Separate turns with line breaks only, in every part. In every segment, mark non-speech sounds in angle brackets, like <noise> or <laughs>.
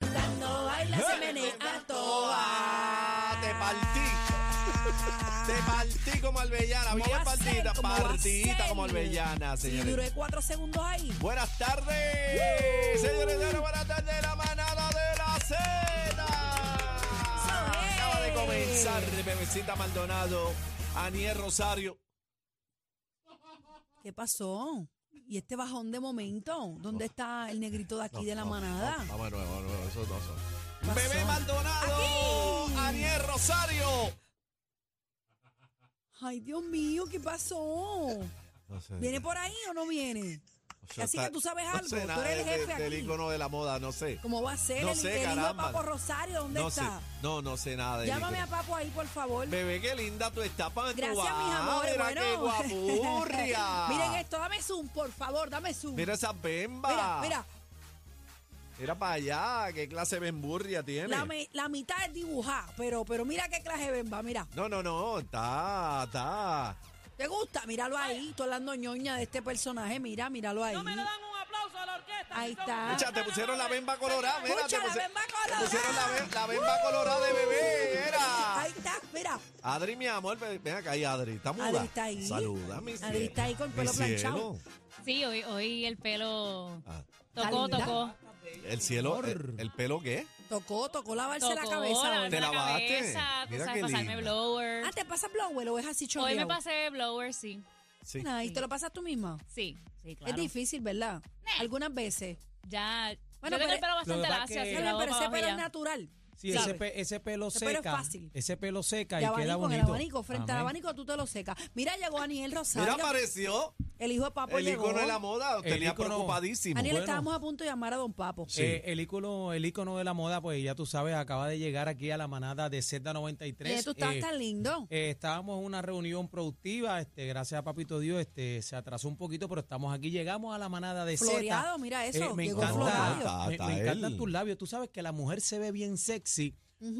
¿Eh? partí. Te partí como albellana.
¿Cómo
Bien
va a ser?
partida,
¿Cómo va a
partidita
ser?
como albellana,
Si
señores.
duré cuatro segundos ahí.
Buenas tardes, señores y señores, buenas tardes, la manada de la Z.
es.
Acaba de comenzar Bebecita Maldonado, Aniel Rosario.
¿Qué pasó? ¿Y este bajón de momento? ¿Dónde está el negrito de aquí de la manada?
No, vamos de nuevo, vamos de nuevo, esos dos son.
Pasó.
Bebé Maldonado,
Aquí.
Aniel Rosario.
Ay, Dios mío, ¿qué pasó?
No sé,
¿Viene por ahí o no viene?
yo
así que
está-
tú sabes algo,
sé
tú
nada
eres el
de- de-
jefe
Del
aquí.
icono de la moda, no sé.
¿Cómo va a ser
No
el,
sé,
el hijo de
caramba.
Papo Rosario? ¿Dónde
no
está?
Sé, no, no sé nada de
Llámame a Papo ahí, por favor.
Bebé, qué linda tú estás, pan.
Gracias, mis amores.
Mira
bueno. <laughs>
qué guapurria.
Miren esto, dame zoom, por favor, dame zoom.
Mira esa bemba.
mira, mira,
Mira para allá, qué clase de bemburria tiene.
la, me- la mitad es dibujada, pero, pero mira qué clase de bemba, mira.
No, no, no, está, está.
¿Te gusta? Míralo ahí, estoy hablando ñoña de este personaje, mira, míralo ahí.
No me le dan un aplauso a la orquesta.
Ahí
si son
está.
unos
Escucha, te pusieron la bemba colorada, mira.
Escucha,
te
la
puse-
bemba
te
colorada.
pusieron la, be- la bemba colorada de bebé, era.
Ahí está, mira.
Adri, mi amor, ve- ven acá ahí, Adri. Está muda.
Adri está ahí.
Saluda, mi
Adri está ahí con
mi
pelo
cielo.
Sí, hoy, hoy el pelo
Ah,
tocó,
Calidad.
tocó.
el cielo, el, el pelo qué?
Tocó, tocó lavarse
Tocó,
la cabeza.
lavarme
hoy.
Te
la
lavaste.
cabeza, tú
Mira
sabes,
qué linda.
pasarme blower.
Ah, ¿te pasa blower o es así
hoy me
chorreado?
pasé blower, sí.
Sí.
Ahí te lo pasas tú misma.
Sí, sí, claro.
Es difícil, ¿verdad? Algunas veces.
Ya,
Bueno,
bueno, yo tengo
pero-
el pelo
Lo
bastante
que pasa
lacio,
es
así de
que-
Está bien,
abajo
pero
para
ese
abajo
pelo es
y ya.
natural.
Sí,
¿sabes?
ese, pe- ese pelo
Ese pelo es
seca.
fácil.
Ese pelo seca
De
y queda
abanico, en
bonito.
el abanico, frente al
Amén.
abanico tú te lo secas. Mira, llegó Aniel
Mira,
Rosario,
apareció
el hijo de Papo
el
llegó.
icono de la moda.
El
Tenía
ícono.
preocupadísimo.
Aniel,
Bueno.
estábamos a punto de llamar a Don Papo.
Sí.
Eh, el, ícono, el ícono de la moda, pues ya tú sabes, acaba de llegar aquí a la manada de Z93.
Eh, tú estabas
Eh,
tan lindo.
eh, estábamos en una reunión productiva, este, gracias a Papito Dios, este, se atrasó un poquito, pero estamos aquí, llegamos a la manada de eh, Z.
Floreado, mira eso,
me
llegó
encanta,
floreado.
me-
Está-
me
está
encantan
él.
tus labios. Tú sabes que la mujer se ve bien sexy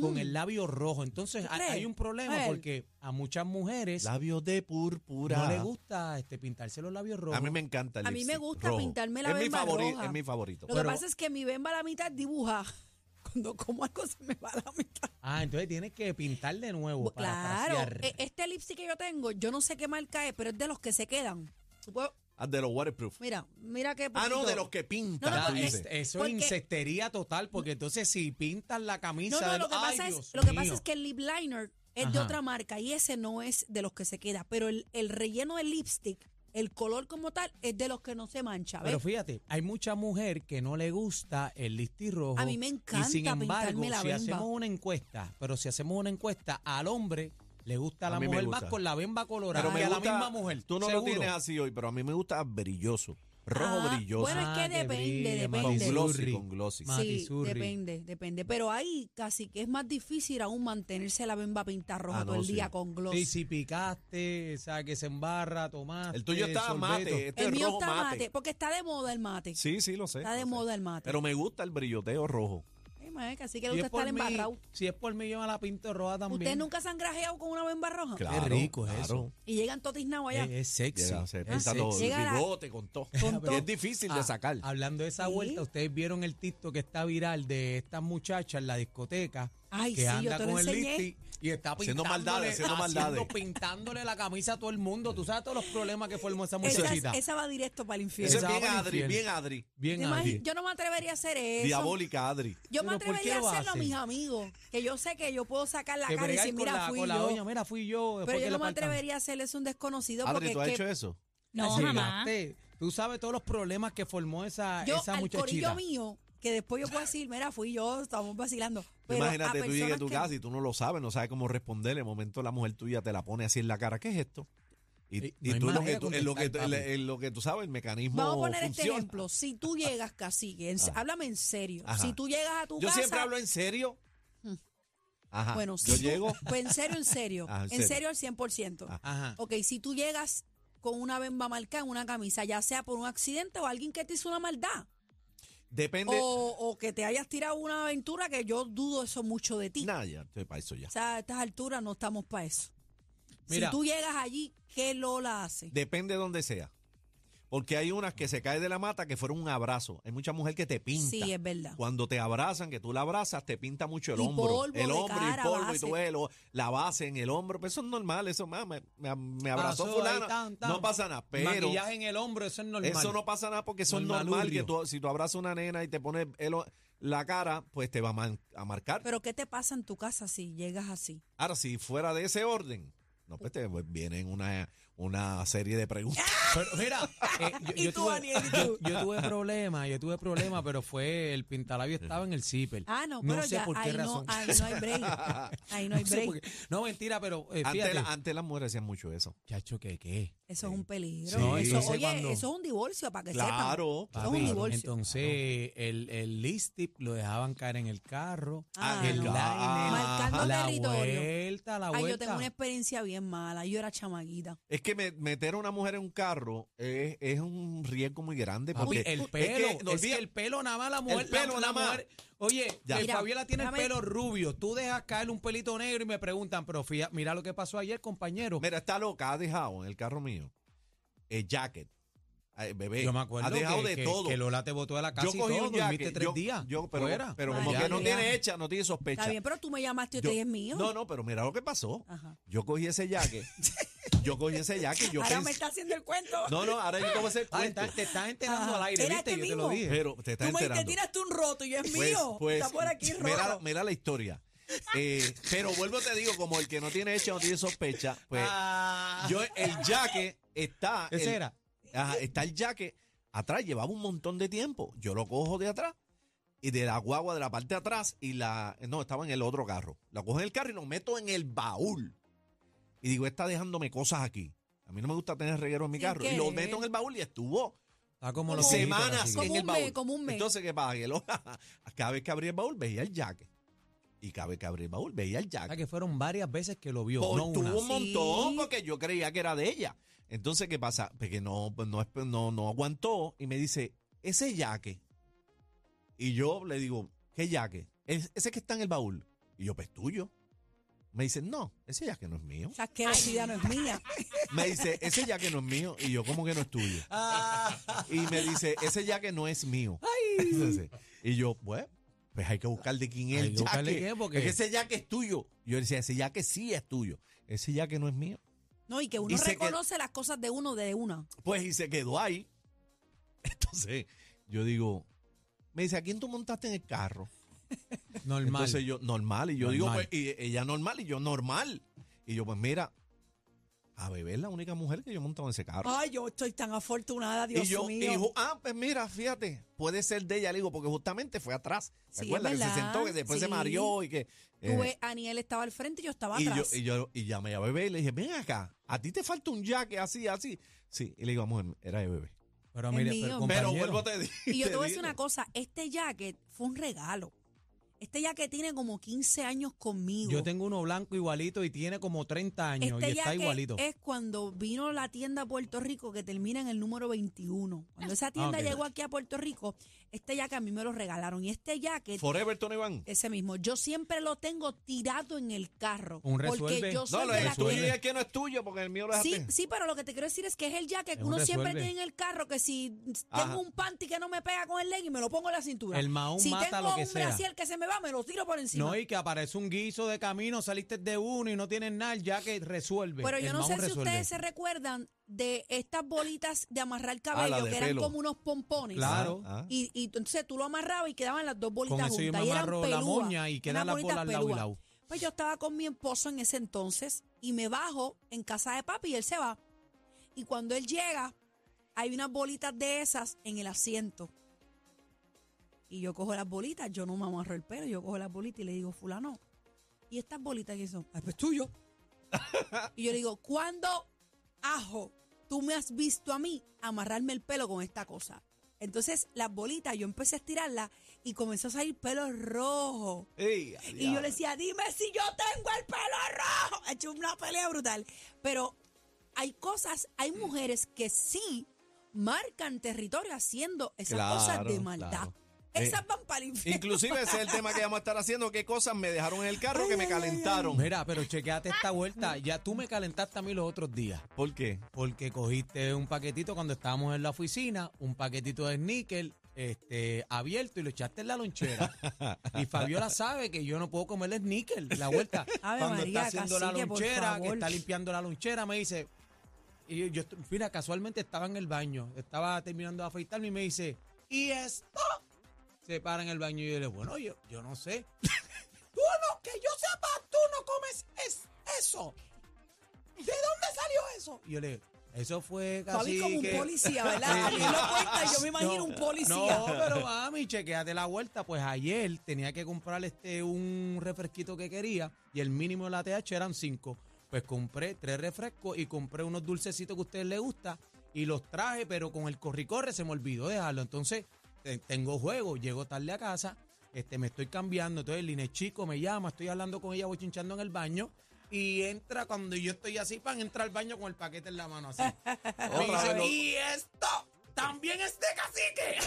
con el labio rojo. Entonces
¿Tú
hay,
crees?
hay un problema
A ver.
porque a muchas mujeres
Labios de púrpura.
no les gusta este, pintarse los labios rojos.
A mí me encanta el
A mí me
lipstick
gusta
rojo.
pintarme la
es mi
bemba
favori-
roja.
Es mi favorito.
Lo que pasa es que mi bemba a la mitad dibuja. <laughs> Cuando como algo se me va a la mitad.
Ah, entonces tienes que pintar de nuevo para
claro,
frasear.
eh, este lipstick que yo tengo, yo no sé qué marca es, pero es de los que se quedan. Tú puedes-
Ah, de los waterproof.
Mira, mira qué
Ah, no,
poquito.
de los que
No,
pintan.
no,
Ya,
porque-
es-
dice.
eso
porque-
es insectería total, porque entonces si pintas la camisa
No, no,
de
lo que,
ay,
pasa es,
Dios
lo que pasa
mío.
es que el lip liner es de
Ajá.
otra marca y ese no es de los que se queda, pero el, el relleno del lipstick, el color como tal, es de los que no se mancha, ¿ves?
Pero fíjate, hay mucha mujer que no le gusta el listirrojo.
A mí me encanta
Y sin embargo,
pintarme la
si
bemba.
hacemos una encuesta, pero si hacemos una encuesta al hombre, le gusta a
A
la
mí me
mujer
gusta.
más con la bemba colorada
Pero
que
me
a la
gusta-
misma mujer.
Tú no lo
seguro.
tienes así hoy, pero a mí me gusta brilloso. Rojo
Ah,
brilloso.
bueno, es que
Ah, que
depende,
brille,
con
depende.
Matisurri.
glossy, con glossy.
Ma-
Sí,
Matisurri.
depende, depende. Pero ahí casi que es más difícil aún mantenerse la bemba pintarroja
Ah,
todo
no,
el
sí.
día con gloss.
Sí, si picaste, o sea, que se embarra, tomaste.
El tuyo está
sorbeto.
mate. Este
el
es
mío
rojo
está
mate.
mate. porque está de moda el mate.
Sí, sí, lo sé.
está de
lo sé.
moda el mate.
Pero me gusta el brilloteo rojo.
Ay, maestra, así que le
Si
gusta
es, por
estar
mí,
embarrado.
si es por mí, yo me la pinto roja también.
¿Usted nunca se han grajeado con una bemba roja?
Claro.
rico es
claro.
Y llegan totisnados allá.
Es, es sexy.
Llega, se
es
pinta todo,
Ah, sexy.
el
Llega la-
bigote con todo.
Con
Y
todo.
<laughs> es difícil de
Ah,
sacar.
Hablando de esa
Sí.
vuelta, ustedes vieron el TikTok que está viral de estas muchachas en la discoteca
Ay,
que
sí, yo
anda
te lo
con el
enseñé.
lipstick y está
Haciendo
pintándole,
maldades, haciendo maldades.
pintándole la camisa a todo el mundo. Tú sabes todos los problemas que formó esa
esa,
muchachita.
esa va directo para el infierno.
Eso es
esa
bien
va
Adri,
infiel.
bien Adri.
Bien,
¿Te imaginas?
Adri.
Yo no me atrevería a hacer eso.
Diabólica Adri.
Yo me
Pero, ¿por qué
atrevería a
lo
hacerlo a
hacen?
mis amigos, que yo sé que yo puedo sacar la
Que
cara y
bregar
decir,
con
mira,
la,
fui
con la
yo.
doña, mira, fui yo. después
Pero
que
yo
le
no me
partan.
atrevería a hacerle eso a un desconocido
Adri,
porque
¿tú has
es
hecho
que
eso?
No,
Sí.
jamás.
Llegaste. Tú sabes todos los problemas que formó
Ah,
esa,
yo
esa
al corillo
muchachita.
mío, que después yo puedo decir, mira, fui yo, estamos vacilando. Pero
Imagínate,
a
tú llegas a
personas
tu
que-
casa y tú no lo sabes, no sabes cómo responder. De momento la mujer tuya te la pone así en la cara. ¿Qué es esto? Y,
Eh,
y
no hay
tú, en lo
manera
que
de
tú, en lo que,
contestar,
en lo-
papi.
en lo que tú sabes, el mecanismo
Vamos a poner este
funciona. Ah.
ejemplo. Si tú llegas, cacique, en- háblame en serio.
Ajá.
Si tú llegas a tu
Yo
casa. Hmm.
siempre hablo en serio. Ajá.
Bueno,
yo
si tú-
llego.
<laughs> Pues en serio, en serio.
Ah, en
en,
serio.
serio. al 100%.
Ah.
Ajá.
Ok, si tú llegas con una bemba marcada en una camisa, ya sea por un accidente o alguien que te hizo una maldad,
Depende.
o, o que te hayas tirado una aventura, que yo dudo eso mucho de ti.
Nah, ya, estoy para eso ya.
O sea, a estas alturas no estamos para eso.
Mira.
si tú llegas allí, ¿qué Lola hace?
Depende de donde sea. Porque hay unas que se cae de la mata que fueron un abrazo. Hay mucha mujer que te pinta.
Sí, es verdad.
Cuando te abrazan, que tú la abrazas, te pinta mucho el
Y
hombro.
polvo
el
de
hombro
cara,
y polvo y
base.
tú ves lo- la base en el hombro. Pero eso es normal, eso más. Me, me- me abrazó
Pasó ahí,
fulano.
tan, tan.
No pasa nada. Pero
Maquillaje en el hombro, eso es normal.
eso no pasa nada porque eso es
Normal,
normal
Urrio.
que tú, si tú abrazas a una nena y te pones el o- la cara, pues te va a, man- a marcar.
Pero ¿qué te pasa en tu casa si llegas así?
Ahora, si fuera de ese orden, no, pues te pues, vienen una, una serie de
<laughs>
preguntas.
Pero mira, eh, yo,
Y
yo
tú,
tuve,
Daniel, y tú.
yo tuve problemas, yo tuve problemas, pero fue el pintalabio estaba en el zipper.
Ah, no, pero
sé
ya
por qué
ahí, no,
razón.
ahí no hay break. Ahí no hay
<laughs> No sé
break.
por qué. No, mentira, pero eh,
Antes,
fíjate.
la- antes las mujeres hacían mucho eso.
Chacho, ¿qué qué?
Eso es un peligro.
No,
eso,
entonces
oye,
cuando-
eso es un divorcio, para que
Claro,
sepan. Eso
papi,
es un
Papi,
divorcio.
entonces el, el lipstick lo dejaban caer en el carro,
Ah,
el
no.
liner,
Marcando
la
territorio.
vuelta, la
Ay,
vuelta.
yo tengo una experiencia bien mala. Yo era chamaguita.
Es que me- meter a una mujer en un carro es, es un riesgo muy grande.
Papi,
Porque
el
es
pelo, es que,
no olvida-
el pelo nada más la mujer,
El pelo
la,
nada
la
más.
mujer- Oye,
Ya.
que
Mira,
Fabiola tiene
déjame-
el pelo rubio, tú dejas caer un pelito negro y me preguntan, pero fía- mira lo que pasó ayer, <laughs> compañero.
Mira, está loca, ha dejado en el carro mío el jacket. Ay, bebé,
yo me acuerdo
ha dejado
que,
de
que-
todo.
que Lola te botó de la casa
yo cogí
y todo,
un
dormiste
jacket.
tres
yo-
días.
yo- pero,
fuera. Ah,
pero
Ay,
como
Ah, ya,
que no
ya.
tiene hecha, no tiene sospecha.
Está bien, pero tú me llamaste y te
Yo-
dije, es mío.
No, no, pero mira lo que pasó.
Ajá.
Yo cogí ese
<laughs>
jacket. yo cogí ese jacket. Yo
Ahora me
pensé-
está haciendo el cuento.
No, no, ahora yo te voy a
<laughs>
hacer
Ah,
cuento.
está- te estás enterando
Ajá.
al aire,
Era
¿viste?
este
Yo te lo
mismo.
dije.
Pero te estás
tú me dijiste,
enterando. Pues,
tiraste un roto y es mío. está por aquí roto.
mira, la- mira la historia. Eh, pero vuelvo te digo, como el que no tiene hecha no tiene sospecha, pues
Ah,
yo el jaque está.
ese
el-
era.
Ajá, está el jaque atrás, llevaba un montón de tiempo. Yo lo cojo de atrás y de la guagua de la parte de atrás y la. No, estaba en el otro carro. La cojo en el carro y lo meto en el baúl. Y digo, está dejándome cosas aquí. A mí no me gusta tener reguero en mi
Sin
carro. Y lo
querer.
meto en el baúl y estuvo
Está como los
Como-
pollitos,
semanas
así.
Como
en el
un mes,
baúl.
como un mes.
Entonces, ¿qué pasa? Que lo- <laughs> cada vez que abrí el baúl veía el jaque. Y cada vez que abrí el baúl veía el
O sea,
jaque.
que fueron varias veces que lo vio,
Por-
no una.
Pues, tuvo un montón
Sí.
porque yo creía que era de ella. Entonces, ¿qué pasa? Porque no, pues, no, no, no aguantó y me dice, ese yaque. Y yo le digo, ¿qué yaque? Es- ese que está en el baúl. Y yo, pues tuyo. Me dice, no, ese yaque no es mío.
Esa asquerosidad no es mía.
Me dice, ese yaque no es mío. Y yo, ¿cómo que no es tuyo?
Ah.
Y me dice, ese yaque no es
<laughs>
mío. <laughs> Entonces, y yo, pues, pues hay que buscar de quién es
Hay
el
que buscarle
yaque.
quién, porque-
Es que ese yaque es tuyo. Yo le decía, ese yaque sí es tuyo. Ese yaque no es mío.
No, y que uno
Y se que-
reconoce las cosas de uno de una.
Pues y se quedó ahí. <laughs> Entonces, yo digo, me dice, ¿a quién tú montaste en el carro? <laughs>
Normal.
Entonces yo, normal. Y yo digo,
Normal.
pues, y ella normal, y yo normal. Y yo, pues mira, a Bebé es la única mujer que yo he montado en ese carro.
Ay, yo estoy tan afortunada, Dios
y yo, y
mío.
ju- ah, pues mira, fíjate, puede ser de ella, le digo, porque justamente fue atrás. ¿Te
Sí,
acuerdas?
es
Que se
verdad,
sentó, que después se
sí.
mareó y que. eh,
Tuve, Aniel estaba al frente y yo estaba
y yo,
atrás.
y yo y llamé a Bebé y le dije, ven acá, a ti te falta un jaque así, así. Sí, y le digo, mujer, era de Bebé.
pero
es
mire,
mío.
pero,
Pero
compañero,
vuelvo a te di-
Y yo te voy a decir
digo.
una cosa, este jacket fue un regalo. Este jacket tiene como 15 años conmigo.
Yo tengo uno blanco igualito y tiene como 30 años
este
y está
jacket
igualito.
es cuando vino la tienda a Puerto Rico que termina en el número 21. Cuando esa tienda
ok.
llegó aquí a Puerto Rico, este jacket a mí me lo regalaron. Y este jacket,
Forever, Tony Van.
ese mismo, yo siempre lo tengo tirado en el carro.
Un
Porque
resuelve.
yo soy
No, lo
de
es
la
tuyo
resuelve.
y
que...
el que no es tuyo, porque el mío lo
Sí,
dejaste.
sí, pero lo que te quiero decir es que es el jacket que
Es un
uno siempre
resuelve.
tiene en el carro, que si tengo
Ajá.
un panty que no me pega con el legging, me lo pongo en la cintura.
El mahón
si
mata
tengo
lo que
un
sea.
brasier que se me va, me lo tiro por encima.
No, y que aparece un guiso de camino, saliste de uno y no tienes nada, ya que resuelve.
Pero yo
el
no sé
Mahón
si
resuelve.
ustedes se recuerdan de estas bolitas de amarrar
Ah, la
cabello
de
que eran
pelo.
como unos pompones.
Claro.
Ah, ah.
Y, y entonces tú lo amarrabas y quedaban las dos bolitas
Con eso yo
juntas.
me
y eran
amarro la
pelúas,
moña y quedan
unas
las
bolitas
bolas lado y
pelúas.
lado.
Pues yo estaba con mi esposo en ese entonces y me bajo en casa de papi y él se va. Y cuando él llega, hay unas bolitas de esas en el asiento. Y yo cojo las bolitas, yo no me amarro el pelo, yo cojo las bolitas y le digo, fulano, ¿y estas bolitas que son? Ah, pues tuyo. y yo le digo, ¿cuándo, ajo, tú me has visto a mí amarrarme el pelo con esta cosa? Entonces las bolitas yo empecé a estirarlas y comenzó a salir pelo rojo.
Ey,
Y yo
ya.
<laughs> le decía, dime si yo tengo el pelo rojo. Ha hecho una pelea brutal. Pero hay cosas, hay mujeres que sí marcan territorio haciendo esas
Claro,
cosas de maldad.
claro. Eh,
Esas van para el infierno.
Inclusive ese es el tema que vamos a estar haciendo, qué cosas me dejaron en el carro que me calentaron.
Mira, pero chequeate esta vuelta. Ya tú me calentaste a mí los otros días.
¿Por qué?
Porque cogiste un paquetito cuando estábamos en la oficina, un paquetito de níquel este, abierto y lo echaste en la lonchera. y Fabiola sabe que yo no puedo comer el níquel. La vuelta.
<laughs> Ave
cuando
María,
está haciendo
cacique,
la
por
lonchera, que
favor.
está limpiando la lonchera, me dice. Y yo, yo estoy- mira, casualmente estaba en el baño, estaba terminando de afeitarme y me dice, ¿y esto? Se para en el baño y yo le digo, bueno, yo, yo no sé. <laughs> tú no, que yo sepa, tú no comes es- eso. ¿De dónde salió eso? Y yo le digo, eso fue
Fabi
casi
como un
<laughs>
policía, ¿verdad? A mí lo cuenta, yo me imagino un policía.
No, pero mami, chequeate la vuelta. Pues ayer tenía que comprar este un refresquito que quería y el mínimo de la TH eran cinco. Pues compré tres refrescos y compré unos dulcecitos que a ustedes les gusta y los traje, pero con el corricorre se me olvidó dejarlo. Entonces, te- tengo juego, llego tarde a casa, este, me estoy cambiando. Entonces, el Inés Chico me llama, estoy hablando con ella, voy chinchando en el baño. Y entra cuando yo estoy así, pan, entra al baño con el paquete en la
<laughs>
mano así. Me
Otra
dice,
vez lo-
y esto también es de cacique.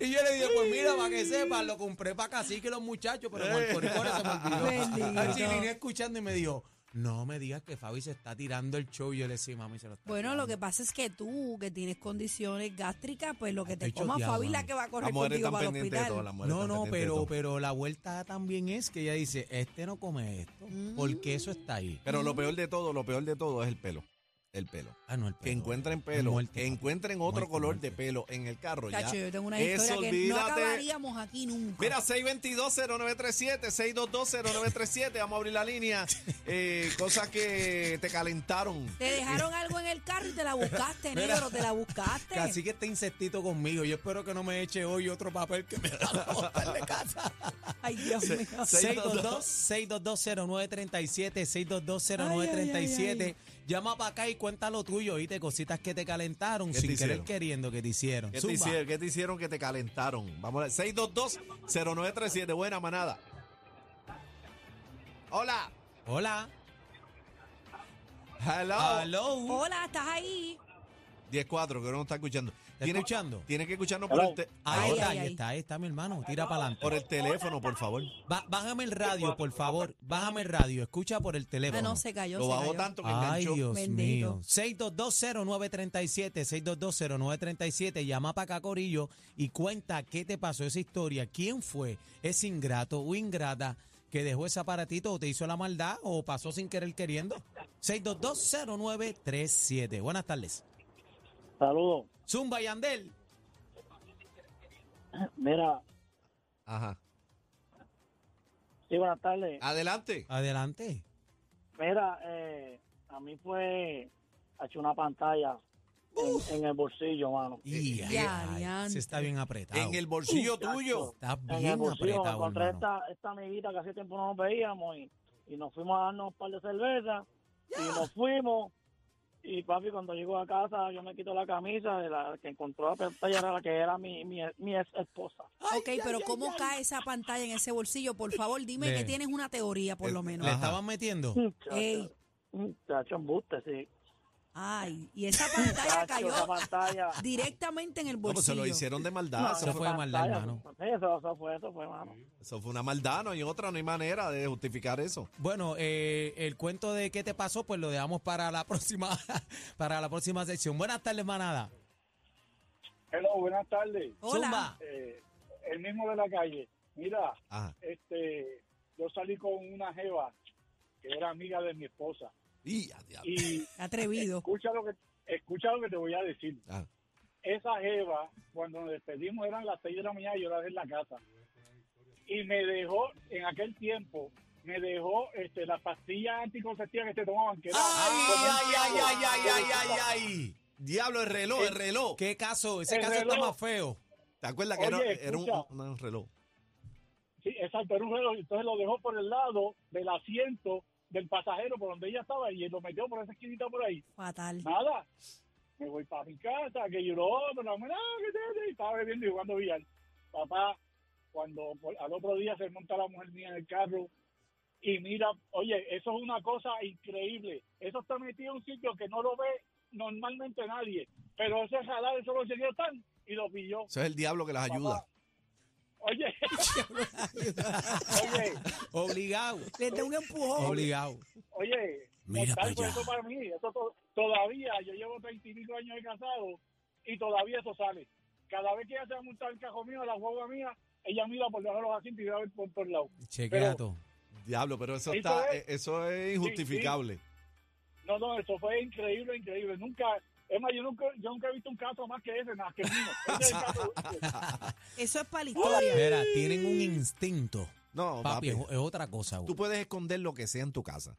y yo le digo, pues mira, para que sepan, lo compré para cacique y los muchachos, pero con el corricore se me
<laughs>
olvidó.
Bendito.
Así vine escuchando y me dijo, no me digas que Fabi se está tirando el show. Y yo le decía, mami, se lo está
Bueno, lo
tirando".
que pasa es que tú, que tienes condiciones gástricas, pues lo que te
Estoy
coma
choteado,
Fabi es la
mami.
que va a correr
Las mujeres
contigo
están
para el
pendientes de todo,
hospital.
las mujeres
No,
están
no,
pendientes de
pero,
todo.
pero la vuelta también es que ella dice, este no come esto, porque eso está ahí.
Pero
Mm.
lo peor de todo, lo peor de todo es el pelo. El pelo.
Ah, no, el
Que
pelo.
encuentren
Es
pelo,
muerte,
que
papi.
encuentren otro
Muerte,
color
muerte.
de pelo en el carro. ya.
Cacho, yo tengo una
Eso,
historia que no
olvídate.
acabaríamos aquí nunca.
Mira, 622-0937, 622-0937, vamos a abrir la línea. Eh, cosas que te calentaron. <laughs>
te dejaron algo en el carro y te la buscaste,
Mira.
negro, te la buscaste.
Casi que este insectito conmigo. Yo espero que no me eche hoy otro papel que me da la botar de casa.
Ay, Dios
<laughs>
mío.
622-0937,
622-0937.
622-0937. Llama para acá y cuenta lo tuyo, oíste, cositas que te calentaron
¿Qué te
sin
hicieron?
querer queriendo que te hicieron.
¿Qué te,
Zumba.
hicieron, qué te hicieron que te calentaron? Vamos a ver, 622-0937, buena manada. Hola.
Hola.
Hello.
Hello.
Hola, ¿estás ahí?
10-4, que no nos está escuchando.
¿Está
Tiene-
escuchando?
Tiene que escucharnos por el, te-
Ay,
Ahí está,
ay,
ahí
ay.
está, ahí está mi hermano. Tira para adelante.
por el teléfono, por favor.
Ba- bájame el radio, por favor. Bájame el radio. Escucha por el teléfono.
Ah, no, se cayó,
Lo
se
bajó
cayó.
tanto que
Ay,
enganchó.
Dios
Bendito.
mío. 6220937, 6220937, llama para acá Corillo y cuenta qué te pasó esa historia, quién fue, es ingrato o ingrata que dejó ese aparatito o te hizo la maldad o pasó sin querer queriendo. 6220937. Buenas tardes.
Saludos.
Zumba y Andel.
Mira,
Ajá.
sí, buenas tardes.
Ah.
Adelante.
Adelante.
Mira, eh, a mí fue ha hecho una pantalla en, en el bolsillo, mano.
Y
Ya,
adiante.
se está bien apretado.
En el bolsillo
Exacto.
tuyo.
Está
en el
bien
bolsillo me
apretado,
encontré
hermano.
esta, esta amiguita que hace tiempo no nos veíamos y, y nos fuimos a darnos un par de cervezas y nos fuimos. Y papi, cuando llego a casa, yo me quito la camisa de la que encontró la pantalla, era la que era mi, mi, mi ex esposa.
ok, pero ¿cómo cae esa pantalla en ese bolsillo? Por favor, dime
Ve.
que tienes una teoría, por
Eh,
lo menos.
¿Le
Ajá.
estaban metiendo?
Ey.
Chacho, embuste, sí.
Ay, y esa pantalla
Chacho,
cayó
esa pantalla.
directamente en el
No, pues se
bolsillo.
lo hicieron de
Ah,
maldad.
eso
Eso,
fue
pantalla,
maldad, hermano.
Sí, Eso, eso fue, eso fue, mano.
eso fue una maldad, no hay otra, no hay manera de justificar eso.
Bueno, eh, el cuento de qué te pasó, pues lo dejamos para la <laughs> próxima, para la próxima sección. Buenas tardes, manada.
Hello, buenas tardes.
Hola.
Zumba.
Eh, el mismo de la calle. Mira,
Ajá.
este, yo salí con una jeva que era amiga de mi esposa
Y a diablo.
y
Atrevido.
<laughs>
escucha lo que escucha lo que te voy a decir.
Ah.
Esa jeva cuando nos despedimos eran las seis de la mañana y yo la dejé en la casa y me dejó en aquel tiempo me dejó este las pastillas anticonceptivas que te tomaban que era-
ay!
Diablo, el reloj, el reloj.
¿Qué caso? Ese
El
caso está
reloj.
más feo.
¿Te acuerdas que
Oye,
era, era un,
escucha.
un- un reloj?
Sí, exacto, era un reloj. Entonces lo dejó por el lado del asiento del pasajero por donde ella estaba y lo metió por esa esquinita por ahí.
Fatal.
Nada, me voy para mi casa, que yo lo otro, la mujer, ah, que te- te- y estaba bebiendo y jugando billar. Papá, cuando por- al otro día se monta la mujer mía en el carro y mira, oye, eso es una cosa increíble. Eso está metido en un sitio que no lo ve normalmente nadie, pero ese jalar, eso lo enseñó tan y lo pilló.
Eso es el diablo que las ayuda.
Oye, oye,
<laughs>
Obligado.
Les da un empujón.
Obligado.
oye.
Mira para
mortal fue
allá.
eso para mí. Eso to- todavía, yo llevo 35 años de casado y todavía eso sale. Cada vez que ella se va a montar el cajón mío, la guagua mía, ella mira por debajo de los asientos y va a ver por por lado.
Chequea todo.
Diablo, pero eso
Eso
está,
es.
eh, eso es injustificable.
No, no, eso fue increíble, increíble. Nunca, es más, yo nunca, yo nunca he visto un caso más que ese, nada que el mío. Ese es el caso
<laughs>
único.
Eso es para la historia.
Mira, tienen un instinto.
No, papi.
Papi, es, es otra cosa. güey.
Tú puedes esconder lo que sea en tu casa,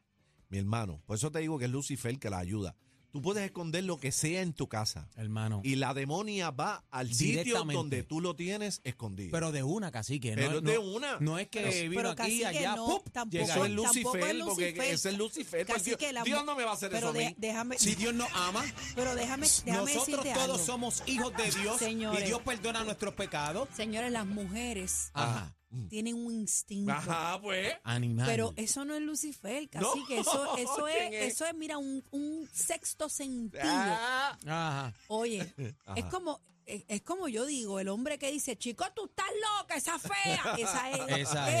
mi hermano. Por eso te digo que es Lucifer que la ayuda. Tú puedes esconder lo que sea en tu casa.
Hermano.
Y la demonia va al sitio
Directamente.
donde tú lo tienes escondido.
Pero de una, cacique.
Pero
no,
es de
no-
una.
No es que
Pero-
vino
pero
aquí,
cacique,
allá.
no,
¡pup!
tampoco
llega
eso es
ahí.
Tampoco
Lucifer,
es
porque
Lucifer.
ese es Lucifer. por
Cacique,
pues, Dios,
la mu-
Dios no me va a hacer
pero
eso a
de-
mí.
déjame,
Si Dios nos ama,
<laughs> pero déjame, déjame
nosotros
decirte
todos
algo.
somos hijos de Dios
Señores.
y Dios perdona nuestros pecados.
Señores, las mujeres
Ajá.
tienen un instinto.
Ajá, pues.
Animal.
Pero eso no es Lucifer, casi que
<laughs>
eso, eso es,
¿quién es?
eso es, mira, un, un sexto sentido.
Ah,
Ajá.
<laughs>
Oye, es
Ajá.
como, es, es como yo digo, el hombre que dice, chico, tú estás loca, esa fea.
<laughs>
Esa es,
Esa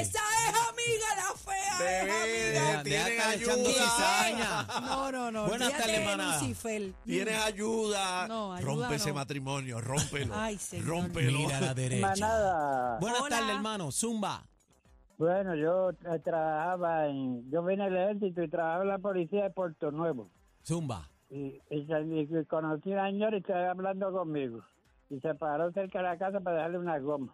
esa
es.
es, amiga, la fea.
Bebé,
es amiga.
Deja-
tienen
deja estar echando
ayuda.
cizaña.
No, no, no.
Buenas
olvídate
tardes,
de
manada.
Lucifer.
Tienes Mm. ayuda.
No, ayuda
Rompe ese
no.
matrimonio, rómpelo.
Ay, señor.
Rómpelo.
Mira
<laughs>
a la derecha.
Manada.
Buenas
Hola.
tardes, hermano. Zumba.
Bueno, yo eh, trabajaba en. Yo vine al ejército y trabajaba en la policía de Puerto Nuevo.
Zumba.
Y, y se- y conocí a un señor y estaba hablando conmigo. Y se paró cerca de la casa para dejarle una goma.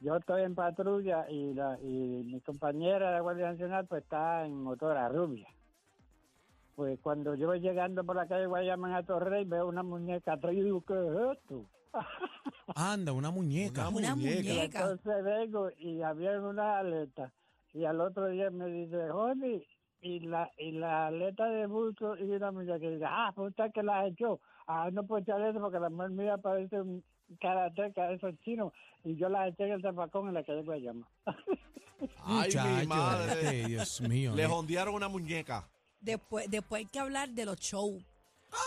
Yo estoy en patrulla y, la, y mi compañera de la Guardia Nacional pues está en motora rubia. Pues cuando yo voy llegando por la calle Guayamán a Torrey veo una muñeca atrás y digo, ¿qué es esto?
Anda, una muñeca.
Una muñeca.
Entonces vengo y había una aleta. Y al otro día me dice, Jorge, y la, y la aleta de bulto y una muñeca. Y dice, ah, pues usted que la echó. Ah, no puedo echar eso porque la mujer mía parece un karateca, eso es chino. Y yo la eché en el zapacón en la calle Guayama.
Ay, mi
Muchacho,
madre.
este, Dios mío.
Le
eh.
jondearon una muñeca.
Después, después hay que hablar de los shows.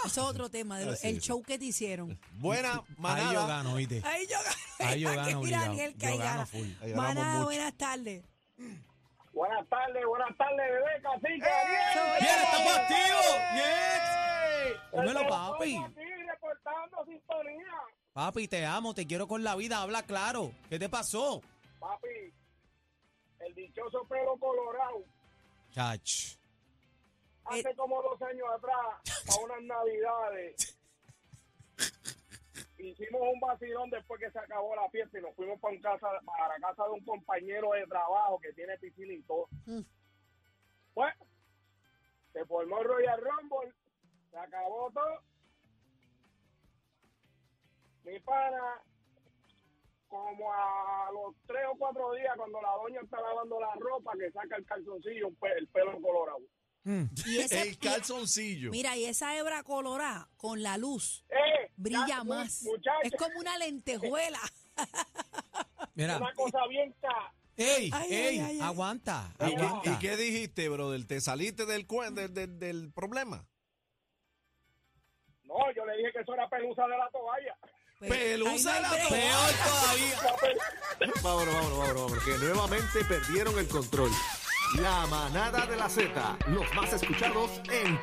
Eso es otro tema, de lo-
Ah, sí,
el
sí.
show que te
<laughs>
hicieron.
Buena
Ahí yo
manada.
gano, oíste.
Ahí yo
Ahí
<laughs>
yo
Hay que
gano,
ir a
obligado.
Ariel que
Yo
gana.
gano full.
Ahí ganamos
Manada,
mucho.
buenas tardes.
buenas tardes, buenas tardes, bebé, cacique.
¡Bien, estamos activos!
¡Bien!
Dímelo, papi.
Estamos aquí reportando sintonía.
Papi, te amo, te quiero con la vida. Habla claro. ¿Qué te pasó?
Papi, el dichoso pelo colorado,
Chach.
hace como dos años atrás, a unas navidades, hicimos un vacilón después que se acabó la fiesta y nos fuimos para, un casa, para la casa de un compañero de trabajo que tiene piscina y todo.
Mm.
Bueno, se formó el Royal Rumble, se acabó todo. Mi pana, como a los tres o cuatro días, cuando la doña está lavando la ropa, que saca el calzoncillo, un pe- el pelo colorado.
Mm.
Y ese-
El calzoncillo.
mira, y esa hebra colorada con la luz
Eh,
brilla
ya,
más.
Muchachos,
Es como una lentejuela.
Mira.
una cosa bien ca.
¡Ey!
Ay,
¡Ey!
ay, ay, ay.
aguanta,
¿Y qué,
aguanta.
y qué dijiste, brother? ¿Te saliste del, cuen- del, del, del problema?
No, yo le dije que eso era pelusa de la toalla.
Pero-
Pelusa
Pues, ahí no hay break.
la toalla.
Peor todavía.
<laughs> Vámonos, vámonos, vámonos, vámonos, que nuevamente perdieron el control. La manada de la Z, los más escuchados en